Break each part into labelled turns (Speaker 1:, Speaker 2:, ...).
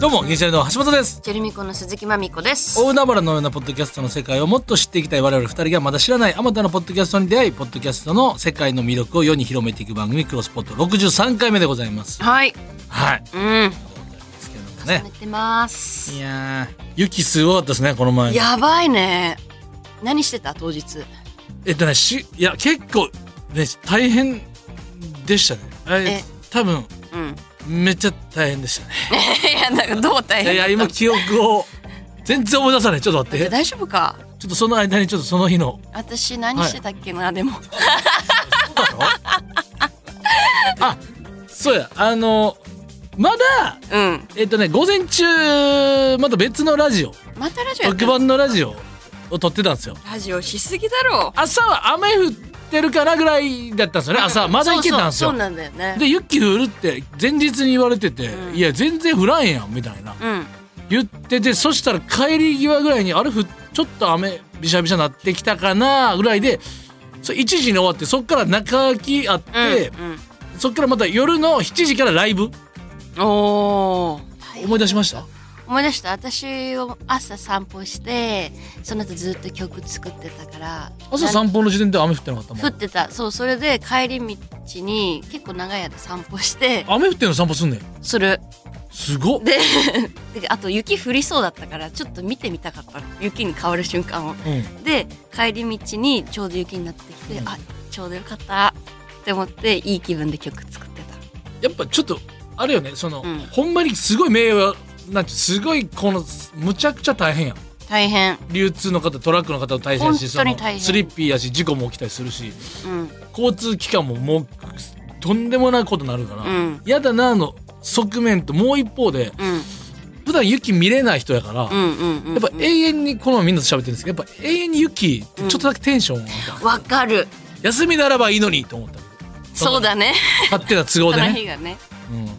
Speaker 1: どうも、銀シャリの橋本です。
Speaker 2: チェルミコの鈴木まみこです
Speaker 1: 大海原のようなポッドキャストの世界をもっと知っていきたい我々二人がまだ知らないあまたのポッドキャストに出会い、ポッドキャストの世界の魅力を世に広めていく番組、クロスポット63回目でございます。
Speaker 2: はい
Speaker 1: はい。で
Speaker 2: うん
Speaker 1: すけども
Speaker 2: や
Speaker 1: ね
Speaker 2: っ。てます
Speaker 1: いやー、雪すごかったですね、この前。
Speaker 2: やばいね何してた当日
Speaker 1: えっとね、し、いや、結構、ね、大変でしたね。え
Speaker 2: え、
Speaker 1: 多分、
Speaker 2: うん
Speaker 1: めっちゃ大変でしたね。
Speaker 2: いやなんかどう大
Speaker 1: いやいや今記憶を全然思い出さないちょっと待って
Speaker 2: 大丈夫か
Speaker 1: ちょっとその間にちょっとその日 の
Speaker 2: 私何してたっけな、でも
Speaker 1: あそうやあのまだ
Speaker 2: うん
Speaker 1: えっとね午前中また別のラジオ
Speaker 2: またラジオやって
Speaker 1: 特
Speaker 2: る
Speaker 1: 番のラジオを撮ってたんですよ
Speaker 2: ラジオしすぎだろ
Speaker 1: 朝は雨降ってるからぐらいだったんですよね朝まだ行けたんです
Speaker 2: そう
Speaker 1: よ
Speaker 2: そうそうなんだよね
Speaker 1: で雪降るって前日に言われてて、
Speaker 2: うん
Speaker 1: いや全然降らんやんみたいな
Speaker 2: うん
Speaker 1: 言っててそしたら帰り際ぐらいにあれふちょっと雨びしゃびしゃなってきたかなぐらいでそ1時に終わってそっから中空きあっ
Speaker 2: うん
Speaker 1: て、
Speaker 2: うん
Speaker 1: そっからまた夜の7時からライブ
Speaker 2: おー
Speaker 1: 思い出しました
Speaker 2: 思い出した私を朝散歩してその後ずっと曲作ってたから
Speaker 1: 朝散歩の時点で雨降ってなかったも
Speaker 2: 降っ
Speaker 1: ん
Speaker 2: てたそうそれで帰り道に結構長い間散歩して
Speaker 1: 雨降ってんの散歩すんねん
Speaker 2: する
Speaker 1: すごっ、
Speaker 2: で であと雪降りそうだったからちょっと見てみたかったの雪に変わる瞬間を
Speaker 1: うん、
Speaker 2: で帰り道にちょうど雪になってきて、あちょうどよかったって思っていい気分で曲作って
Speaker 1: やっぱちょっとあれよねその、
Speaker 2: うん
Speaker 1: ほんまにすごい名誉なんてすごいこのむちゃくちゃ大変やん
Speaker 2: た大変
Speaker 1: 流通の方トラックの方も大変やし
Speaker 2: 本当に大変
Speaker 1: そのスリッピーやし事故も起きたりするし
Speaker 2: うん
Speaker 1: 交通機関ももうとんでもないことになるから、
Speaker 2: うん
Speaker 1: やだなの側面ともう一方で
Speaker 2: うん
Speaker 1: 普段雪見れない人やから、
Speaker 2: う
Speaker 1: や
Speaker 2: んうんうん
Speaker 1: っぱ永遠にこの前みんなと喋ってるんですけどやっぱ永遠に雪ってちょっとだけテンション、が
Speaker 2: わかる
Speaker 1: 休みならばいいのにと思った
Speaker 2: そうだね
Speaker 1: 勝手な都合
Speaker 2: そ
Speaker 1: で
Speaker 2: の
Speaker 1: ね、
Speaker 2: 日がね
Speaker 1: うん、よ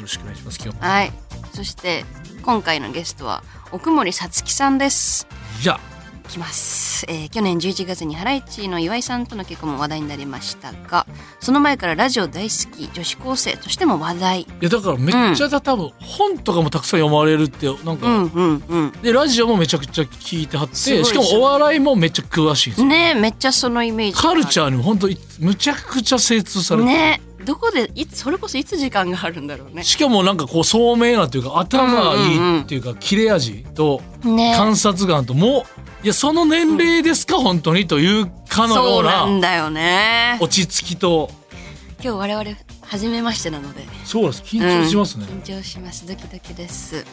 Speaker 1: ろしくお願いします今日
Speaker 2: はいそして今回のゲストは奥森さつきさんです
Speaker 1: じゃあ
Speaker 2: きます、えー去年11月にハライチの岩井さんとの結婚も話題になりましたがその前からラジオ大好き女子高生としても話題
Speaker 1: いやだからめっちゃ、多分本とかもたくさん読まれるってなん
Speaker 2: う
Speaker 1: か、
Speaker 2: んうん
Speaker 1: でラジオもめちゃくちゃ聞いてはって
Speaker 2: すごいで
Speaker 1: し
Speaker 2: し
Speaker 1: か
Speaker 2: ょ
Speaker 1: もお笑いもめっちゃ詳しいんです
Speaker 2: う
Speaker 1: よ
Speaker 2: んねえめっちゃそのイメージ
Speaker 1: カルチ
Speaker 2: ャ
Speaker 1: ャーにも本当いむちゃくちゃ精通されてる
Speaker 2: ねえどこでいつそれこそいつ時間があるんだろうね
Speaker 1: しかもなんかこう聡明なというか頭がいいっていうか切れ味と
Speaker 2: ねえ
Speaker 1: 観察眼ともういやその年齢ですか本当にというかのよ
Speaker 2: そううなん
Speaker 1: な
Speaker 2: だよね
Speaker 1: 落ち着きと
Speaker 2: 今日我々初めましてなので
Speaker 1: そうです緊張しますね
Speaker 2: うん緊張しますドキドキです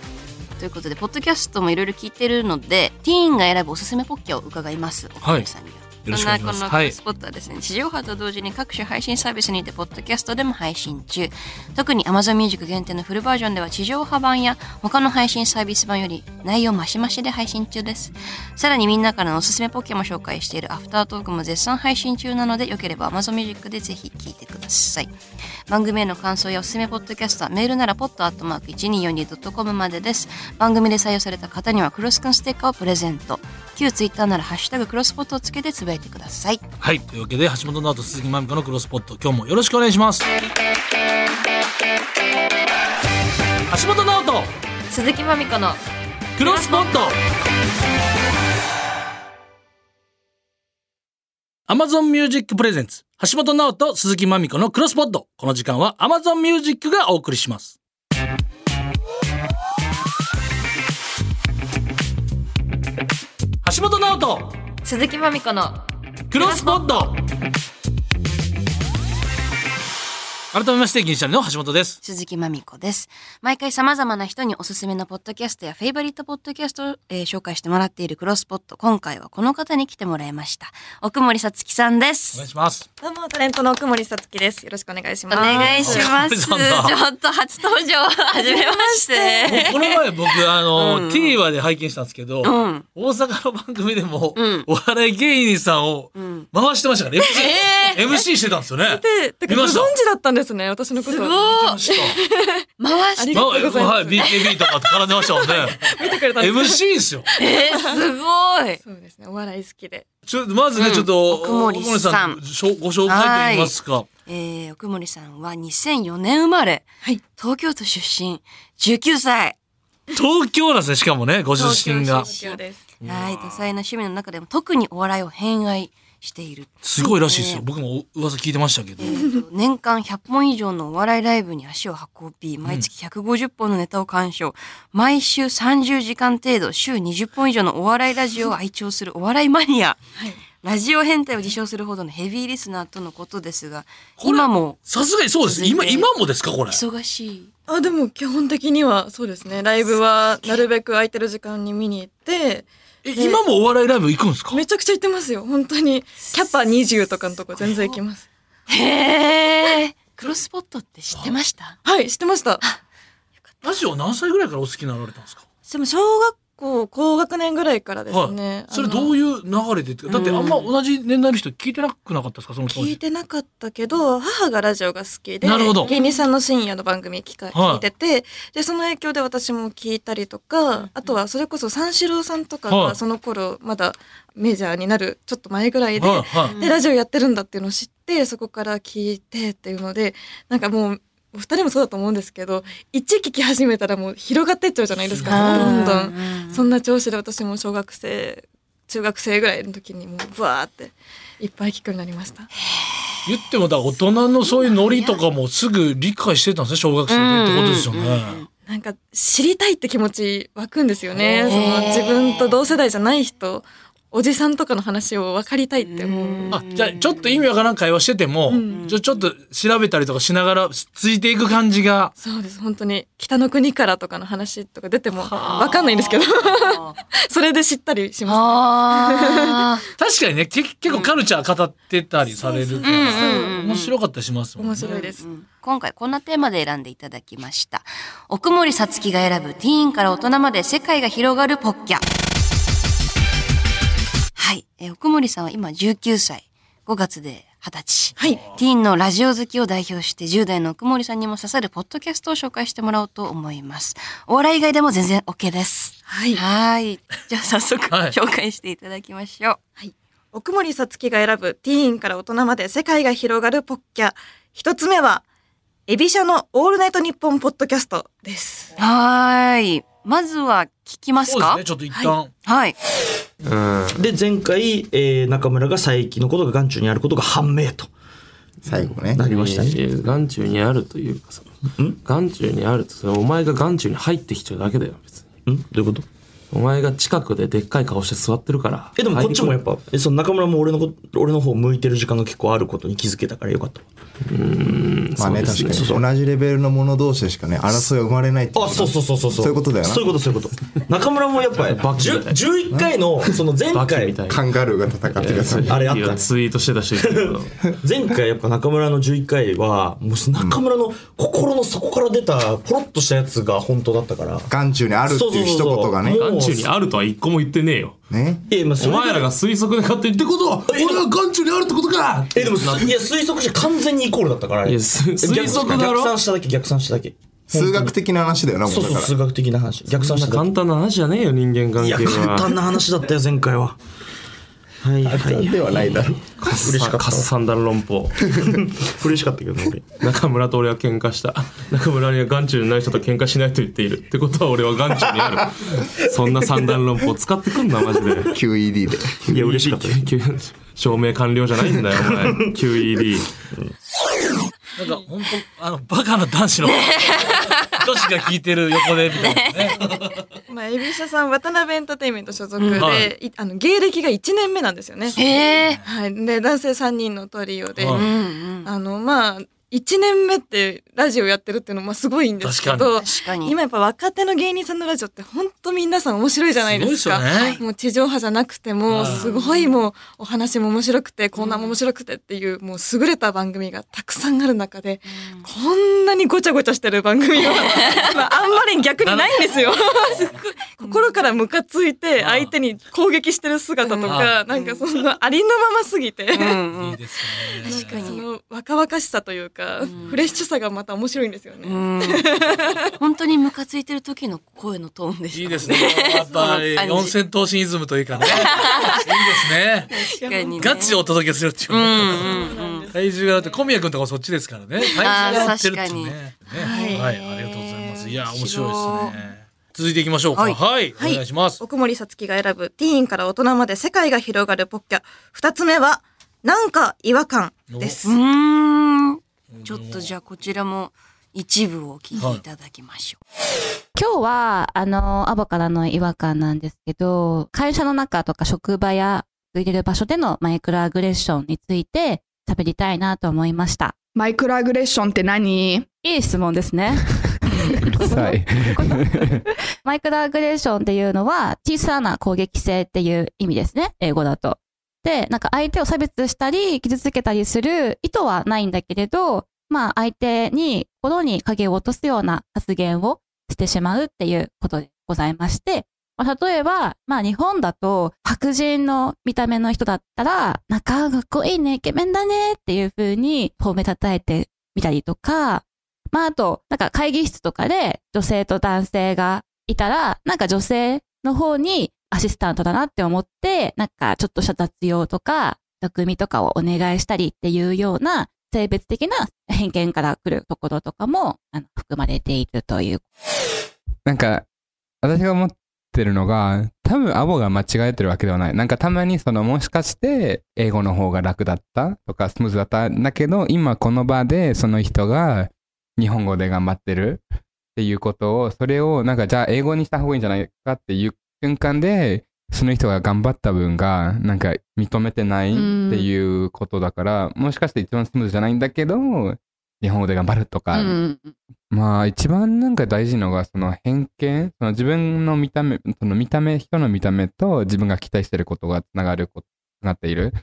Speaker 2: ということでポッドキャストもいろいろ聞いてるのでティーンが選ぶおすすめポッキャを伺いますおかみさんには、
Speaker 1: よろし
Speaker 2: そ
Speaker 1: く
Speaker 2: ん
Speaker 1: お願
Speaker 2: ない
Speaker 1: し
Speaker 2: こ
Speaker 1: ます
Speaker 2: の
Speaker 1: はい
Speaker 2: スポットはですね、地上波と同時に各種配信サービスにてポッドキャストでも配信中特に Amazon Music 限定のフルバージョンでは地上波版や他の配信サービス版より内容マシマシで配信中ですさらにみんなからのおすすめポッキャも紹介しているアフタートークも絶賛配信中なのでよければ Amazon Music でぜひ聞いてください番組への感想やおすすめポッドキャストはメールならポットアットマーク 1242.com までです番組で採用された方にはクロスくんステッカーをプレゼント旧ツイッターならハッシュタグクロスポットをつけてつぶやいてください
Speaker 1: はいというわけで橋本直人鈴木まみこのクロスポット今日もよろしくお願いします橋本直人
Speaker 2: 鈴木まみこの
Speaker 1: クロスポット Amazon Music Presents 橋本直人鈴木まみこのクロスポットこの時間は Amazon Music がお送りします橋本直人
Speaker 2: 鈴木まみこの
Speaker 1: クロスポット改めまして銀シャリの橋本です
Speaker 2: 鈴木まみこです。毎回様々な人におすすめのポッドキャストやフェイバリットポッドキャストを、えー紹介してもらっているクロスポット。今回はこの方に来てもらいました。奥森さつきさんで
Speaker 1: お
Speaker 2: す
Speaker 1: 願い。します
Speaker 3: どうもタレントの奥森さつきです。よろしくお願いし
Speaker 2: お
Speaker 3: ます。
Speaker 2: 願いします。
Speaker 1: 奥
Speaker 2: ちょ
Speaker 1: 森さんだ
Speaker 2: っと初登場、はじめまして。
Speaker 1: この前僕あの、TVer で拝見したんですけど、
Speaker 2: ん
Speaker 1: 大阪の番組でも、
Speaker 2: ん
Speaker 1: お笑い芸人さんを
Speaker 2: ん
Speaker 1: 回してましたから、ね
Speaker 2: え
Speaker 1: MC してたんですよね。
Speaker 3: で、てか
Speaker 1: 見
Speaker 3: ご
Speaker 1: ま
Speaker 3: 存
Speaker 1: し
Speaker 3: 知
Speaker 1: た
Speaker 3: だったんですね、私のこと。
Speaker 2: すごい
Speaker 1: ました
Speaker 2: 回
Speaker 3: あ
Speaker 2: し
Speaker 3: り
Speaker 2: て
Speaker 3: が
Speaker 1: まあ
Speaker 3: とうござい
Speaker 1: は
Speaker 3: ま
Speaker 1: い、
Speaker 3: す。
Speaker 1: BKB とかって絡んでましたもんね。
Speaker 3: 見てくれたんですか
Speaker 1: MC ですよ。
Speaker 2: えー、すごい
Speaker 3: そうですね、お笑い好きで。
Speaker 1: ちょまずね、
Speaker 2: うん
Speaker 1: ちょっと、
Speaker 2: 奥森さん
Speaker 1: しょご紹介といいますか。
Speaker 2: えー、奥森さんは2004年生まれ、
Speaker 3: はい
Speaker 2: 東京都出身、19歳。
Speaker 1: 東京なんですね、しかもね、ご出身が。
Speaker 3: 東京出身です。
Speaker 2: はい、多彩な趣味の中でも特にお笑いを偏愛している。
Speaker 1: すごいらしいですよ。
Speaker 2: ね
Speaker 1: 僕もお噂聞いてましたけど。
Speaker 2: えーと年間100本以上のお笑いライブに足を運び、毎月150本のネタを鑑賞、毎週30時間程度、週20本以上のお笑いラジオを愛聴するお笑いマニア、ラジオ変態を自称するほどのヘビーリスナーとのことですが、
Speaker 1: これ
Speaker 2: 今も
Speaker 1: さすがにそうです。今、
Speaker 2: 続いて
Speaker 1: 今もですか、これ。
Speaker 2: 忙しい。
Speaker 3: あ、でも基本的にはそうですね、ライブはなるべく空いてる時間に見に行って、
Speaker 1: え今もお笑いライブ行くんですか
Speaker 3: めちゃくちゃ行ってますよ、本当に。キャパ20とかのとこ全然行きます。
Speaker 2: へー。クロスポットって知ってました
Speaker 3: はい、知ってました。
Speaker 1: ラジオ何歳ぐらいからお好きになられたんですか
Speaker 3: でも小学校高学年ぐらいからですね。
Speaker 1: それどう
Speaker 3: いう
Speaker 1: いう流れでっていうかだってあんま同じ年代の人聞いてなくなかったですか、その当
Speaker 3: 聞い
Speaker 1: 時。
Speaker 3: てなかったけど、母がラジオが好きで、
Speaker 1: なるほど
Speaker 3: 芸人さんの深夜の番組聞か、
Speaker 1: はい
Speaker 3: 聞いてて、で、その影響で私も聞いたりとか、あとはそれこそ三四郎さんとか
Speaker 1: はい
Speaker 3: がその頃まだメジャーになるちょっと前ぐらいで、
Speaker 1: はい、はい。
Speaker 3: で、ラジオやってるんだっていうのを知って、そこから聞いてっていうので、なんかもう、お二人もそうだと思うんですけど、一聞き始めたらもう広がってっちゃうじゃないですか、どんどん。そんな調子で私も小学生、中学生ぐらいの時にもうブワーっていっぱい聞くようになりました。
Speaker 1: 言ってもだから大人のそういうノリとかもすぐ理解してたんですね小学生でってことですよね。
Speaker 3: なんか知りたいって気持ち湧くんですよね。そ
Speaker 2: へ
Speaker 3: の
Speaker 2: ー
Speaker 3: 自分と同世代じゃない人、おじさんとかの話を分かりたいって
Speaker 2: う
Speaker 3: 思
Speaker 2: ん
Speaker 3: う。
Speaker 1: あじゃあちょっと意味わからん会話してても、
Speaker 3: うん
Speaker 1: じゃあちょっと調べたりとかしながらついていく感じが
Speaker 3: そうです。本当に北の国からとかの話とか出ても分かんないんですけど、 それで知ったりします。
Speaker 2: あ
Speaker 1: 確かにねけ結構カルチャー語ってたりされるから、
Speaker 2: そうそううんうんうん
Speaker 1: 面白かったりしますもんね。
Speaker 3: 面白いです。
Speaker 2: ー今回こんなテーマで選んでいただきました。奥森さつきが選ぶティーンから大人まで世界が広がるポッキャ。はい。えー奥森さんは今19歳。5月で20歳。
Speaker 3: はい。
Speaker 2: ティーンのラジオ好きを代表して10代の奥森さんにも刺さるポッドキャストを紹介してもらおうと思います。お笑い以外でも全然 OK です。
Speaker 3: はい。
Speaker 2: はい。じゃあ早速
Speaker 1: はい
Speaker 2: 紹介していただきましょう。
Speaker 3: 奥森さつきが選ぶティーンから大人まで世界が広がるポッキャ。一つ目は、エビシャのオールナイトニッポンポッドキャストです。
Speaker 2: はーい。まずは聞きます
Speaker 1: そうです
Speaker 2: か
Speaker 1: ねちょっと一旦、
Speaker 2: はい。
Speaker 4: で前回、えー中村が佐伯のことが眼中にあることが判明と
Speaker 5: 最後ね。
Speaker 4: なりましたね、
Speaker 6: いやいや眼中にあるというかさ眼中にあるとそれお前が眼中に入ってきちゃうだけだよ別に
Speaker 4: んどういうこと
Speaker 6: お前が近くででっかい顔して座ってるから
Speaker 4: えでもこっちもやっ
Speaker 6: ぱ
Speaker 4: ぱえその中村も俺のこと俺の方向いてる時間が結構あることに気づけたからよかった
Speaker 5: まあね、確かに。同じレベルのもの同士でしかね、争いは生まれないってこと
Speaker 4: あそうそうそうそう
Speaker 5: そういうことだよな
Speaker 4: そういうことそういうこと中村もやっぱ
Speaker 6: バキみたい
Speaker 4: 11回のその前
Speaker 6: バカ
Speaker 4: 回
Speaker 6: みたいな
Speaker 5: カンガルーが戦ってるやつ。
Speaker 4: あれあっ
Speaker 6: い
Speaker 4: た
Speaker 6: やツイートしてた人いたけど
Speaker 4: 前回やっぱ中村の11回はもう中村の心の底から出たポロッとしたやつが本当だった から
Speaker 5: 眼中にあるっていう一言がね。
Speaker 4: そうそうそうそう
Speaker 6: 眼中にあるとは一個も言ってねえよ
Speaker 5: ね。
Speaker 4: いやまあそ
Speaker 6: お
Speaker 4: れ
Speaker 6: 前らが推測で勝手にってことは俺は眼中にあるってことか
Speaker 4: えでもすいや推測じゃ完全にイコールだったからあれ
Speaker 6: いやす推測だろ
Speaker 4: 逆算しただけ逆算しただけ
Speaker 5: 数学的な話だよな、もう
Speaker 4: そう
Speaker 5: だ
Speaker 4: そう
Speaker 5: から。
Speaker 4: 数学的な話逆算
Speaker 6: そん
Speaker 4: し
Speaker 6: な
Speaker 4: ただ
Speaker 6: 簡単な話じゃねえよ人間関
Speaker 4: けい
Speaker 6: 係
Speaker 4: や
Speaker 6: は
Speaker 4: 簡単な話だったよ前回ははいはい
Speaker 5: ではない だろう。
Speaker 6: カス
Speaker 4: 嬉しかった
Speaker 6: カス三段論 法
Speaker 4: 嬉しかったけどね俺
Speaker 6: 中村と俺は喧嘩した中村には眼中にない人と喧嘩しないと言っているってことは俺は眼中にある そんな三段論法使ってくんなマジで
Speaker 5: QED で。
Speaker 4: いや嬉しかった
Speaker 6: きゅきゅ証明完了じゃないんだよお前 QED
Speaker 1: なんか本当あのバカな男子の女子が聞いてる横でみたいなね。
Speaker 3: まあ、エビシャさん、渡辺エンターテインメント所属で、
Speaker 1: うんはい
Speaker 3: いあの芸歴が1年目なんですよね。
Speaker 2: ええ
Speaker 3: はい、で男性3人のトリオで、
Speaker 1: はい
Speaker 2: うんうん。
Speaker 3: あのまあ1年目ってラジオやってるっていうのもすごいんですけ
Speaker 1: 確
Speaker 3: ど、
Speaker 2: 確かに。
Speaker 3: 今やっぱ若手の芸人さんのラジオって本当皆さん面白いじゃないですか。
Speaker 1: すごいですよね
Speaker 3: もう地上波じゃなくて
Speaker 1: うん
Speaker 3: も、すごいもうお話も面白くて、コーナーも面白くてっていう、もう優れた番組がたくさんある中で、こんなにごちゃごちゃしてる番組 は、まあ、あんまり逆にないんですよ。すごい 心からムカついて相手に攻撃してる姿とか、なんかそんなありのまますぎて。
Speaker 2: うんうん
Speaker 1: いいですね。
Speaker 2: 確かに
Speaker 3: その若々しさというか、フレッシュさがまた面白いんですよね。
Speaker 2: うん本当にムカついてる時の声のトーンでし
Speaker 1: いい
Speaker 2: ょ
Speaker 1: ですね。やっぱり
Speaker 2: その感じ
Speaker 1: 四千頭身イズムというか ね。いいですね。
Speaker 2: 確かにね
Speaker 1: ガチでお届けするっていう
Speaker 2: うん
Speaker 1: ね。
Speaker 2: うんうん
Speaker 1: 体重があって小宮君とかそっちですからね。体重が合ってるっていうね。ね
Speaker 3: に
Speaker 1: は、
Speaker 3: はいい
Speaker 1: ありがとうございます。いや、面白
Speaker 2: 面白
Speaker 1: い
Speaker 2: い
Speaker 1: ですね。続いていきましょうか。は、
Speaker 2: はいい
Speaker 1: はい
Speaker 3: はい
Speaker 1: お願いします。
Speaker 3: 奥森さつきが選ぶティーンから大人まで世界が広がるポッキャ。二つ目は、なんか違和感です。
Speaker 2: うーんちょっとじゃあこちらも一部を聞いていただきましょ
Speaker 7: 今日は、あの、アボからの違和感なんですけど、会社の中とか職場や、空いてる場所でのマイクロアグレッションについて喋りたいなと思いました。
Speaker 8: マイクロアグレッションって何
Speaker 7: いい質問ですね。
Speaker 9: はい。
Speaker 7: マイクロアグレッションっていうのは、小さな攻撃性っていう意味ですね。英語だと。で、なんか相手を差別したり、傷つけたりする意図はないんだけれど、まあ相手に心に影を落とすような発言をしてしまうっていうことでございまして、まあ、例えば、まあ日本だと白人の見た目の人だったら、なんかかっこいいね、イケメンだねっていう風に褒めたたえてみたりとか、まああと、なんか会議室とかで女性と男性がいたら、なんか女性の方にアシスタントだなって思って、なんかちょっとした雑用とか、匠みとかをお願いしたりっていうような性別的な偏見から来るところとかもあの含まれているという
Speaker 9: なんか、私が思ってるのが、多分アボが間違えてるわけではない。なんかたまにその、もしかして、英語の方が楽だったとか、スムーズだったんだけど、今この場でその人が日本語で頑張ってるっていうことを、それをなんかじゃあ英語にした方がいいんじゃないかっていう瞬間で、その人が頑張った分が、なんか認めてないっていうことだから、もしかして一番スムーズじゃないんだけど、日本語で頑張るとか、まあ一番なんか大事なのがその偏見その自分の見た目その見た目人の見た目と自分が期待してることがつながることつながっている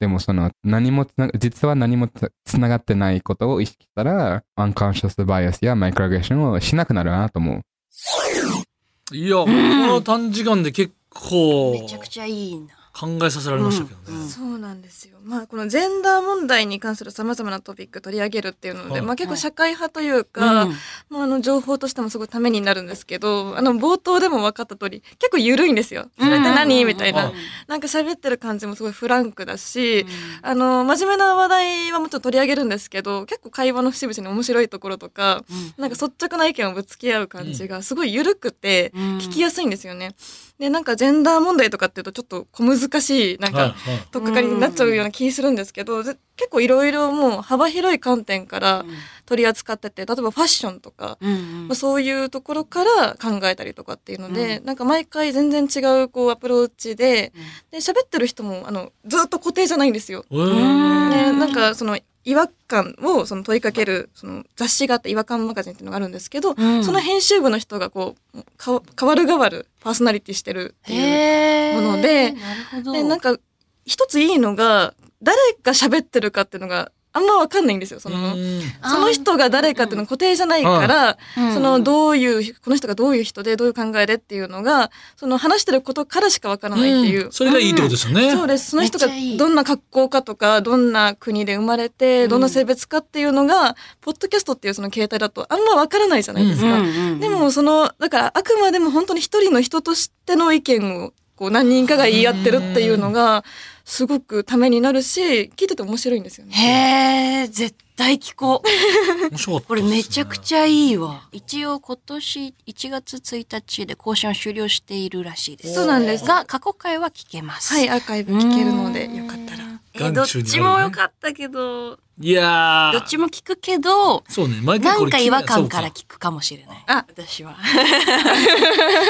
Speaker 9: でもその何もつな実は何もつつながってないことを意識したらアンカンシャスバイアスやマイクロアグレッションをしなくなるなと思う
Speaker 1: いや、この短時間で結
Speaker 2: う。
Speaker 1: 構
Speaker 2: めちゃくちゃいいな。
Speaker 1: 考えさせられましたけどね。
Speaker 3: そうなんですよ。まあ、このジェンダー問題に関する様々なトピック取り上げるっていうので、
Speaker 1: はい
Speaker 3: まあ結構社会派というか、
Speaker 2: うん
Speaker 3: まああの情報としてもすごいためになるんですけど、あの冒頭でも分かった通り、結構緩いんですよ。それって何みたいな。
Speaker 1: うん
Speaker 3: なんか喋ってる感じもすごいフランクだし、あの、真面目な話題はもちろん取り上げるんですけど、結構会話の節々に面白いところとか、なんか率直な意見をぶつけ合う感じがすごい緩くて、
Speaker 2: うん
Speaker 3: 聞きやすいんですよね。で、なんかジェンダー問題とかっていうとちょっと小難しい、なん
Speaker 1: はい、
Speaker 3: か、
Speaker 1: はい。
Speaker 3: とっかかりになっちゃうような気するんですけど、ぜ結構いろいろもう幅広い観点から取り扱ってて、例えばファッションとか、
Speaker 2: うんうん
Speaker 3: まあ、そういうところから考えたりとかっていうので、なんか毎回全然違うこうアプローチで、で喋ってる人もあのずっと固定じゃないんですよ。
Speaker 1: えー
Speaker 3: ね、なんかその違和感をその問いかけるその雑誌があって違和感マガジンっていうのがあるんですけど、
Speaker 2: ん
Speaker 3: その編集部の人がこうか変わる変わるパーソナリティしてるっていう。
Speaker 2: へー
Speaker 3: もので
Speaker 2: なるほど。
Speaker 3: でなんか一ついいのが誰が喋ってるかっていうのがあんまわかんないんですよ。その
Speaker 1: うん
Speaker 3: その人が誰かっていうの固定じゃないから、そのどういう、この人がどういう人でどういう考えでっていうのが、その話してることからしかわからないっていう。
Speaker 1: それがいいってことですよね。
Speaker 3: そうです。その人が
Speaker 2: めっちゃいい
Speaker 3: どんな格好かとか、どんな国で生まれて、どんな性別かっていうのが、ポッドキャストっていうその形態だとあんまわからないじゃないです
Speaker 2: うん
Speaker 3: か。
Speaker 2: うん
Speaker 3: でもその、だからあくまでも本当に一人の人としての意見を、こう何人かが言い合ってるっていうのが、すごくためになるし、聞いてて面白いんですよね。
Speaker 2: へー絶対聞こう。
Speaker 1: 面白かった
Speaker 2: これめちゃく
Speaker 1: ゃ。
Speaker 2: ちゃいいわ。一応今年1月1日で更新を終了しているらしいです。
Speaker 3: そうなんです
Speaker 2: が、過去回は聞けます。
Speaker 3: はい、アーカイブ聞けるので、よかったら。
Speaker 2: ええーどっちも良かったけど、
Speaker 1: いやー
Speaker 2: どっちも聞くけど、
Speaker 1: そうね毎回
Speaker 2: な
Speaker 1: これ
Speaker 2: んか違和
Speaker 1: そ
Speaker 2: 感
Speaker 1: う
Speaker 2: から聞くかもしれない。
Speaker 3: あ
Speaker 2: 私は。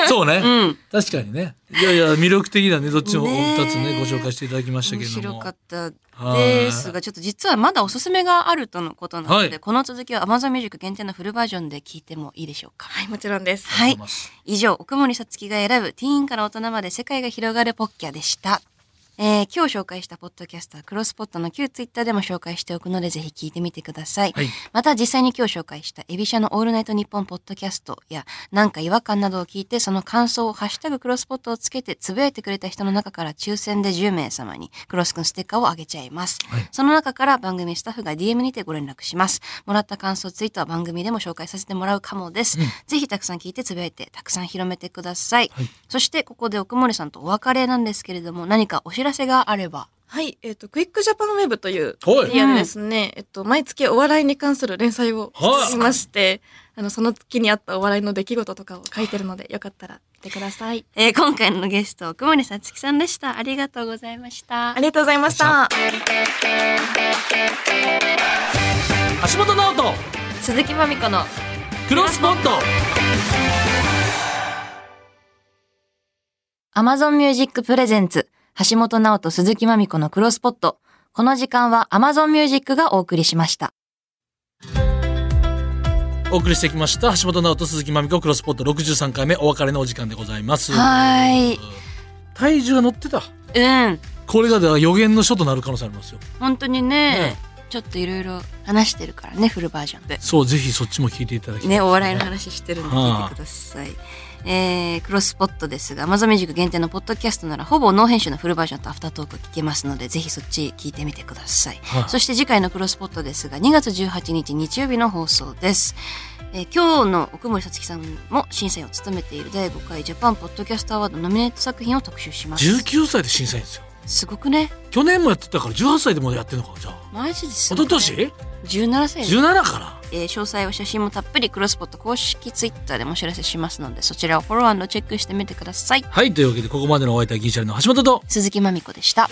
Speaker 1: そうね、
Speaker 2: うん。
Speaker 1: 確かにねいやいや魅力的だねどっちも
Speaker 2: ねえ
Speaker 1: 2つねご紹介していただきましたけ
Speaker 2: 面
Speaker 1: れども
Speaker 2: 白かった
Speaker 1: はい
Speaker 2: ですが、ちょっと実はまだおすすめがあるとのことなので、
Speaker 1: はい
Speaker 2: この続きは Amazon Music 限定のフルバージョンで聞いてもいいでしょうか。
Speaker 3: はいもちろんです
Speaker 2: はい。以上、奥森さつきが選ぶティーンから大人まで世界が広がるポッキャでした。えー今日紹介したポッドキャストはクロスポットの旧ツイッターでも紹介しておくのでぜひ聞いてみてください。
Speaker 1: はい
Speaker 2: また実際に今日紹介したエビシャのオールナイトニッポンポッドキャストやなんか違和感などを聞いてその感想をハッシュタグクロスポットをつけてつぶやいてくれた人の中から抽選で10名様にクロスくんステッカーをあげちゃいます。その中から番組スタッフが DM にてご連絡します。もらった感想ツイートは番組でも紹介させてもらうかもです。ぜひたくさん聞いてつぶやいてたくさん広めてください。そしてここで奥森さんとお別れなんですけれども何かお知らせがあれば。
Speaker 3: はい、えっ、と、クイックジャパンウェブという
Speaker 1: はい
Speaker 3: メディアでですね、えっと、毎月お笑いに関する連載を
Speaker 1: はい
Speaker 3: しまして、あの、その月にあったお笑いの出来事とかを書いてるので、よかったら見てください。
Speaker 2: えー今回のゲスト奥森さつきさんでした。ありがとうございました
Speaker 3: あ。りがとうございました。
Speaker 1: 橋本直人
Speaker 2: 鈴木まみこの
Speaker 1: クロスポット
Speaker 2: Amazon Music Presents 橋本直人鈴木まみこのクロスポット。この時間は Amazon Music がお送りしました。
Speaker 1: お送りしてきました橋本直人鈴木まみこクロスポット63回目お別れのお時間でございます
Speaker 2: はーい。
Speaker 1: 体重が乗ってた
Speaker 2: うん。
Speaker 1: これがだから予言の書となる可能性ありますよ
Speaker 2: 本当にね、ちょっといろいろ話してるからね、フルバージョンで。
Speaker 1: そうぜひそっちも聞いていただきたい
Speaker 2: ね、お笑いの話してるんで聞いてください。えー、クロスポットですが、Amazon Music 限定のポッドキャストなら、ほぼノー編集のフルバージョンとアフタートーク聞けますので、ぜひそっち聞いてみてください。
Speaker 1: はい
Speaker 2: そして次回のクロスポットですが、2月18日日曜日の放送です。えー今日の奥森さつきさんも審査員を務めている第5回ジャパンポッドキャストアワードノミネート作品を特集します。
Speaker 1: 19歳で審査員ですよ
Speaker 2: すごくね。
Speaker 1: 去年もやってたから18歳でもやってんのかじゃあ
Speaker 2: マジです
Speaker 1: 一
Speaker 2: ごい
Speaker 1: 昨年
Speaker 2: ?17 歳です。
Speaker 1: 17から
Speaker 2: えー詳細は写真もたっぷりクロスポット公式ツイッターでもお知らせしますのでそちらをフォローチェックしてみてください
Speaker 1: はいというわけでここまでのお相手はギリシャリの橋本と
Speaker 2: 鈴木まみこでした